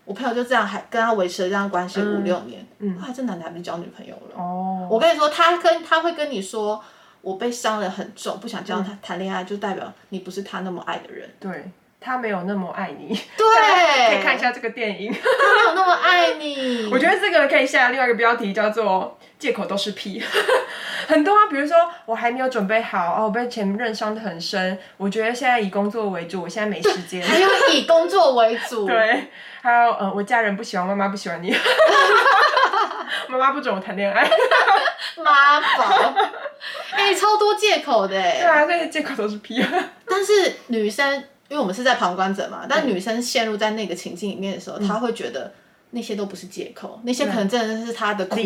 A: 我朋友就这样还跟他维持了这样关系五六年，
B: 嗯
A: 后来这男的还没交女朋友了。
B: 哦，
A: 我跟你说，他跟他会跟你说我被伤得很重，不想
B: 嗯
A: 交他谈恋爱，就代表你不是他那么爱的人。
B: 对，他没有那么爱你。可以看一
A: 对，
B: 下这个电影。
A: 他没有那么爱你。
B: 我觉得这个可以下另外一个标题，叫做“借口都是屁” 。 <laughs> 很多啊，比如说我还没有准备好，哦，我被前任伤得很深，我觉得现在以工作为主，我现在没时
A: <laughs>
B: 间。
A: 还有以工作为主，
B: <laughs> 对，还有呃，我家人不喜欢，妈妈不喜欢你， <laughs> 妈妈不准我谈恋爱。 <laughs>
A: 妈宝，哎、超多借口的
B: 对
A: 哎。
B: 啊，这些借口都是屁。
A: 但是女生，因为我们是在旁观者
B: 嗯
A: 嘛，但女生陷入在那个情境里面的时候，她会觉得那些都不是借口，那
B: 啊
A: 些可能真的是她的苦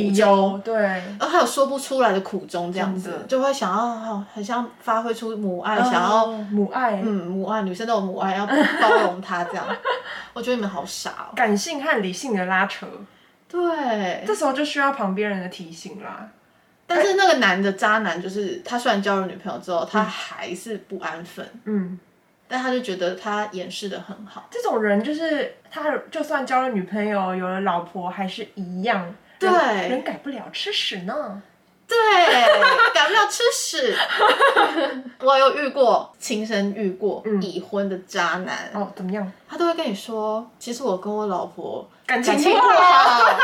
B: <laughs>
A: 衷，
B: 对，
A: 然后还有说不出来的苦衷，这样
B: 真的
A: 子就会想要哦很像发挥出母爱，想
B: 哦
A: 要
B: 母爱、
A: 嗯母爱，女生都有母爱，要包容她
B: <laughs>
A: 这样。我觉得你们好傻哦。
B: 感性和理性的拉扯，
A: 对，
B: 这时候就需要旁边人的提醒啦。
A: 但是那个男的渣男，就是他虽然交了女朋友之后，他还是不安分。
B: 嗯，
A: 但他就觉得他掩饰的很好，
B: 这种人就是他，就算交了女朋友，有了老婆，还是一样。
A: 对
B: 人人改不了，吃屎呢。
A: <laughs> 对，改不了吃屎。 <laughs> 我有遇过，亲身遇过已婚的渣男，
B: 哦，怎么样？
A: 他都会跟你说，其实我跟我老婆
B: 感情
A: 感情不
B: 不啊
A: 好。 <laughs>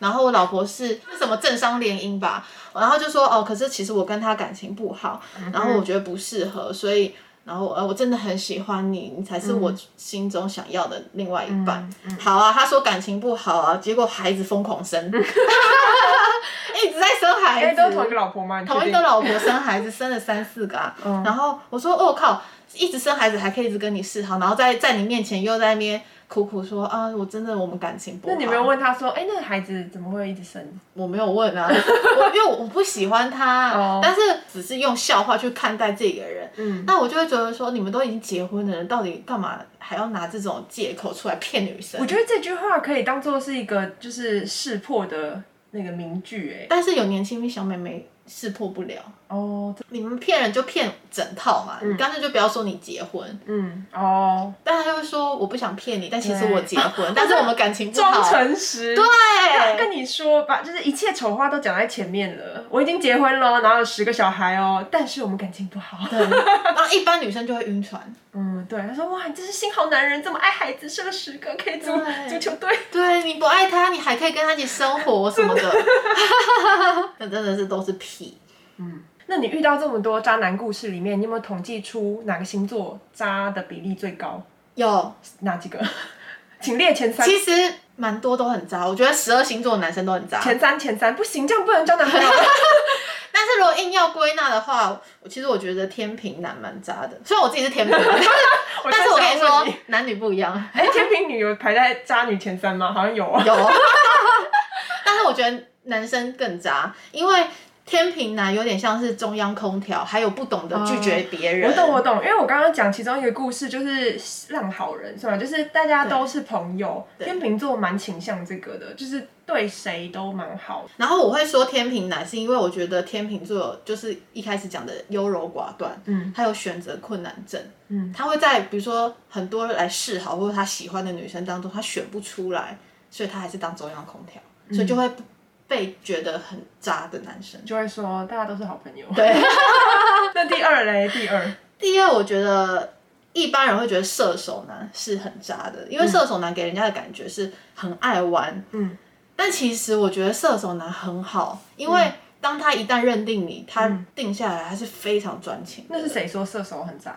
A: 然后我老婆是是什么政商联姻吧，然后就说哦，可是其实我跟他感情不好，
B: 嗯
A: 然后我觉得不适合，所以然后呃我真的很喜欢你，你才是
B: 嗯
A: 我心中想要的另外一半。好啊，他说感情不好啊，结果孩子疯
B: <laughs>
A: 狂生，一直在生
B: 哎、
A: 孩子，
B: 都是同一个老婆吗？你确
A: 同一
B: 定嗯
A: 个老婆啊生孩子，生了三四
B: <laughs>
A: 个啊。然后我说，哦靠，一直生孩子还可以一直跟你示好，然后在在你面前又在那边苦苦说啊，我真的我们感情不好。
B: 那你没有？问他说，哎、那个孩子怎么会一直生？
A: 我没有问啊， <laughs> 我因为我不喜欢他，啊
B: 哦
A: 但是只是用笑话去看待这个人。
B: 嗯，
A: 那我就会觉得说，你们都已经结婚的人，到底干嘛还要拿这种借口出来骗女生
B: 我？觉得这句话可以当做是一个就是识破的那个名句、哎。
A: 但是有年轻小妹妹识破不了，
B: 哦，
A: 你们骗人就骗整套嘛，你干脆就不要说你结婚。
B: 嗯，哦，
A: 但他就会说我不想骗你，但其实
B: 对
A: 我结婚，但是我们感情不
B: 装
A: 好。
B: 诚实。对。
A: 对，
B: 跟你说吧，就是一切丑话都讲在前面了。我已经结婚了，然后有十个小孩哦，但是我们感情不好。
A: 然后一般女生就会晕船。
B: 嗯，对，他说哇，你真是幸好男人，这么爱孩子，生了十个，可以组
A: 对
B: 足球队。
A: 对，你不爱他，你还可以跟他一起生活什么的， <laughs> 那真的是都是屁。
B: <laughs> 那你遇到这么多渣男故事里面，你有没有统计出哪个星座渣的比例最高？
A: 有，
B: 哪几个？请列前三，
A: 其实蛮多都很渣，我觉得十二星座的男生都很渣。
B: 前三，前三，不行，这样不能交男朋
A: <laughs>
B: 友。
A: 但是如果硬要归纳的话，我其实我觉得天平男蛮渣的，虽然我自己是天
B: <laughs>
A: 平，但是我跟你
B: 真想问
A: 说，男女不一样。
B: 哎，天平女有排在渣女前三吗？好 <laughs> 像有啊。
A: 有， <laughs> 但是我觉得男生更渣，因为天平男有点像是中央空调，还有不懂得拒绝别人。
B: 哦我懂，我懂，因为我刚刚讲其中一个故事就是浪好人，是吧？就是大家都是朋友，
A: 对
B: 天秤座蛮倾向这个的，就是对谁都蛮好。
A: 然后我会说天平男，是因为我觉得天秤座就是一开始讲的优柔寡断，
B: 嗯，
A: 还有选择困难症，
B: 嗯，
A: 他会在比如说很多来示好或者他喜欢的女生当中，他选不出来，所以他还是当中央空调，所
B: 嗯
A: 以就会被觉得很渣的男生。
B: 就会说大家都是好 <laughs> 朋友。
A: 对。
B: 那第二嘞，第二，
A: 第二，我觉得一般人会觉得射手男是很渣的，因为射手男给人家的感觉是很爱玩，
B: 嗯，
A: 但其实我觉得射手男很好，因为当他一旦认定你，他定下来他是非常专情的。
B: 那是谁说射手很渣？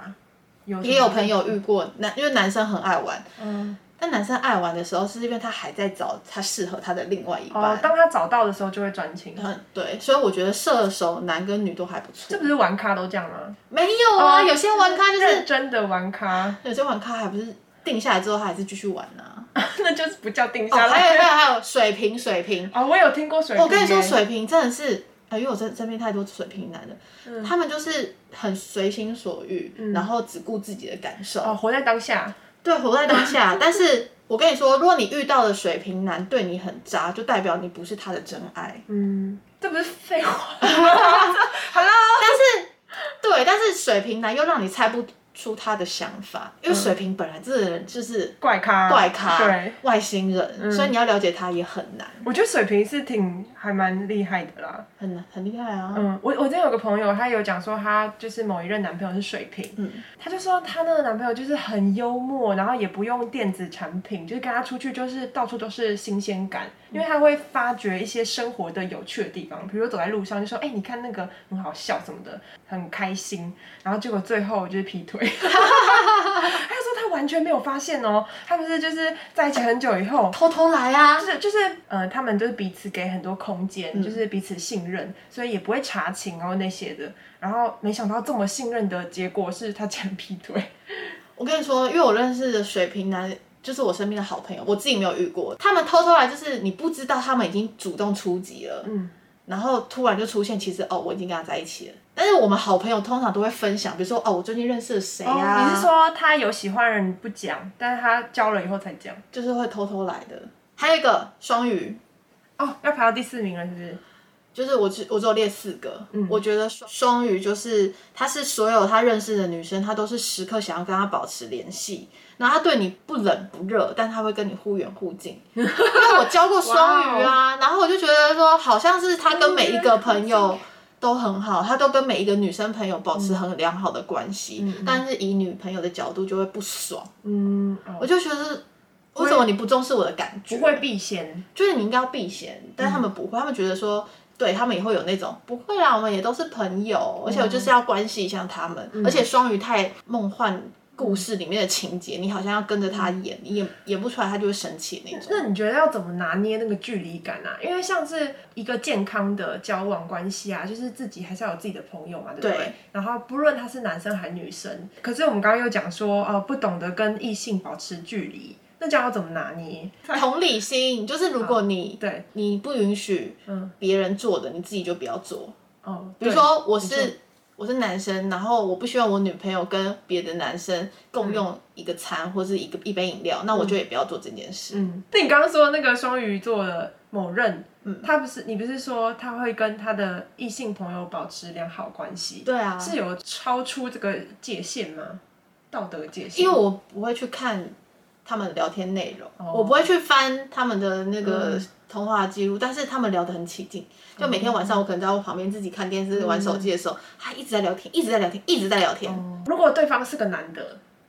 B: 有
A: 也有
B: 友，
A: 朋友遇过男，因为男生很爱玩，
B: 嗯，
A: 但男生爱玩的时候，是因为他还在找他适合他的另外一
B: 哦
A: 半。，
B: 当他找到的时候就会专情。
A: 嗯，对，所以我觉得射手男跟女都还不错
B: 这。不是玩咖都这样吗？
A: 没有啊，有些玩咖就是
B: 认真的玩咖，
A: 有些玩咖还不是定下来之后，他还是继续玩啊呢、
B: <laughs> 那就是不叫定 <laughs>
A: 哦，
B: 下
A: 还
B: 来。
A: 有还有还有水瓶水瓶，
B: 哦，我有听过水瓶耶。
A: 我跟你说水瓶真的是啊，因为我身身边太多水瓶男了，
B: 嗯
A: 他们就是很随心所欲，然后只顾自己的感受，
B: 哦，活在当下，
A: 对，活在当下。 <laughs> 但是我跟你说，如果你遇到的水瓶男对你很渣，就代表你不是他的真爱。
B: 嗯，这不是废话
A: <laughs>
B: 吗？Hello，
A: 对，但是水瓶男又让你猜不出他的想法，因为水瓶本来这个人就是
B: 怪咖，
A: 怪咖、
B: 嗯对，嗯
A: 外星人，所以你要了解他也很难，
B: 我觉得水瓶是挺还蛮厉害的啦。
A: 很难，很厉害啊。
B: 嗯，我我之前有个朋友，她有讲说她就是某一任男朋友是水瓶，
A: 嗯
B: 她就说她那个男朋友就是很幽默，然后也不用电子产品，就是跟她出去就是到处都是新鲜感，因为她会发掘一些生活的有趣的地方，比如走在路上就说，哎、你看那个很好笑什么的，很开心，然后结果最后就是劈腿。 <laughs> 她就说她完全没有发现哦，她不是就是在一起很久以后，
A: 偷偷来啊
B: 就！是就是，呃，他们就是彼此给很多空间，
A: 嗯
B: 就是彼此信任，所以也不会查情然后那些的。然后没想到这么信任的结果是他竟然劈腿，
A: 我跟你说，因为我认识的水瓶男，就是我身边的好朋友，我自己没有遇过。他们偷偷来，就是你不知道他们已经主动出击了，
B: 嗯，
A: 然后突然就出现，其实哦，我已经跟他在一起了。但是我们好朋友通常都会分享，比如说哦，我最近认识了谁啊、
B: 哦你是说他有喜欢的人不讲，但是他交了以后才讲？
A: 就是会偷偷来的。还有一个双鱼，
B: 哦，要排到第四名了，是不是？
A: 就是我只我只有列四个，
B: 嗯
A: 我觉得双双鱼就是她是所有她认识的女生，她都是时刻想要跟她保持联系，然后她对你不冷不热，但她会跟你忽远
B: <laughs>
A: 忽近。因为我教过双鱼啊，
B: 哦
A: 然后我就觉得说，好像是她跟每一个朋友。都很好，她都跟每一个女生朋友保
B: 嗯
A: 持很良好的关系，但是以女朋友的角度就会不爽，
B: 嗯，
A: 我
B: 哦、
A: 就觉得为什么你不重视我的感觉？
B: 不会避嫌，
A: 就是你应该要避嫌，但
B: 嗯
A: 他们不会，他们觉得说，对他们也会有那种不会啦，我们也都是朋友，而且我
B: 嗯
A: 就是要关系一下他们，而且双鱼太梦幻故事里面的情节，你好像要跟着他演，你演演不出来，他就会生气那种。
B: 嗯那你觉得要怎么拿捏那个距离感啊？因为像是一个健康的交往关系啊，就是自己还是要有自己的朋友嘛，对不对？
A: 对
B: 然后不论他是男生还是女生，可是我们刚刚又讲说，呃，不懂得跟异性保持距离，那这样要怎么拿捏？
A: 同理心就是如果你
B: 嗯对，
A: 你不允许
B: 嗯
A: 别人做的，你自己就不要做。
B: 哦，
A: 比如说我是我是男生，然后我不希望我女朋友跟别的男生
B: 嗯
A: 共用一个餐或是一个一杯饮料，那我就也不要做这件事。
B: 嗯，那你刚刚说那个双鱼座的某任，
A: 嗯
B: 他不是你不是说他会跟他的异性朋友保持良好关系？
A: 对啊，
B: 是有超出这个界限吗？道德界限？
A: 因为我不会去看他们聊天内容，
B: 哦
A: 我不会去翻他们的那个
B: 嗯
A: 通话记录，但是他们聊得很起劲。就每天晚上，我可能在我旁边自己看电视、玩手机的时候，他一直在聊天，一直在聊天，一直在聊天。
B: 嗯哦如果对方是个男的，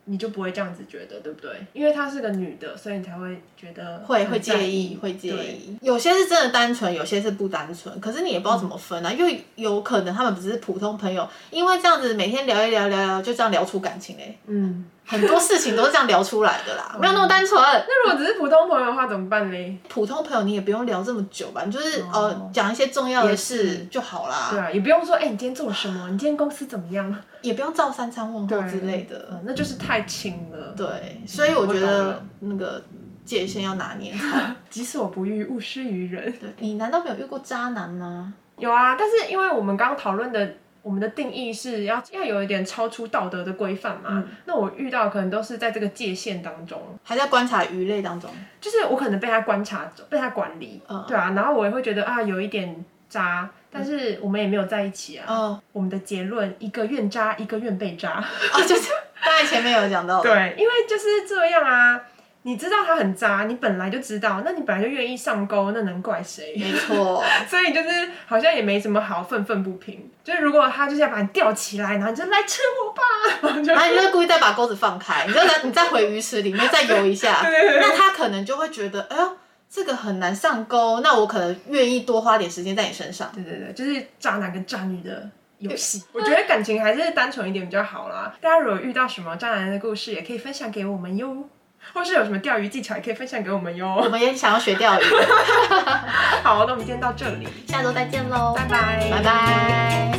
B: 你就不会这样子觉得，对不对？因为她是个女的，所以你才会觉得
A: 会
B: 很
A: 会
B: 在
A: 介意，会介意。有些是真的单纯，有些是不单纯，可是你也不知道怎么分啊，因为有可能他们只是普通朋友，因为这样子每天聊一聊聊一聊，就这样聊出感情嘞。
B: 嗯，
A: 很多事情都是这样聊出来的啦，没有那么单纯。
B: 那如果只是普通朋友的话，怎么办嘞？
A: 普通朋友你也不用聊这么久吧，你就是
B: 哦
A: 呃讲一些重要的
B: 也是
A: 事就好啦，
B: 对啊，也不用说，哎、你今天做了什么？你今天公司怎么样？
A: 也不用照三餐问候 <laughs> 之类的。嗯
B: 嗯那就是太亲了。
A: 对，所以我
B: 嗯我
A: 觉
B: 懂
A: 得
B: 了
A: 那个界限要
B: <laughs>
A: 拿捏好。
B: 己所不欲，勿施于人。
A: 对，你难道没有遇过渣男吗？
B: 有啊，但是因为我们刚刚讨论的，我们的定义是要要有一点超出道德的规范
A: 嗯
B: 嘛。那我遇到可能都是在这个界限当中，
A: 还在观察鱼类当中，
B: 就是我可能被他观察着，被他管理，
A: 嗯
B: 对啊，然后我也会觉得啊有一点渣，但是我们也没有在一起啊。
A: <laughs> 嗯，
B: 我们的结论一个愿渣，一个愿被
A: <laughs>
B: 渣，
A: 啊，就是刚才前面有讲到的，
B: 对，因为就是这样啊。你知道他很渣，你本来就知道，那你本来就愿意上钩，那能怪谁？ <laughs>
A: 没错，
B: 所以就是好像也没什么好愤愤不平。就是如果他就是要把你吊起来，然后你就来吃我吧， <laughs> 然后就
A: 然后你就故意再把钩子放开，你就再你再回鱼池里面再游
B: <laughs>
A: 一下，那他可能就会觉得，哎呦，这个很难上钩，那我可能愿意多花点时间在你身上。
B: 对对对，就是渣男跟渣女的游戏。我觉得感情还是单纯一点比较好啦。大家如果遇到什么渣男的故事，也可以分享给我们哟。或是有什么钓鱼技巧，也可以分享给我们
A: 我
B: 哟。
A: 们也想要学钓鱼，
B: 好，那我们今天到这里，
A: 下周再见喽，
B: 拜拜，
A: 拜拜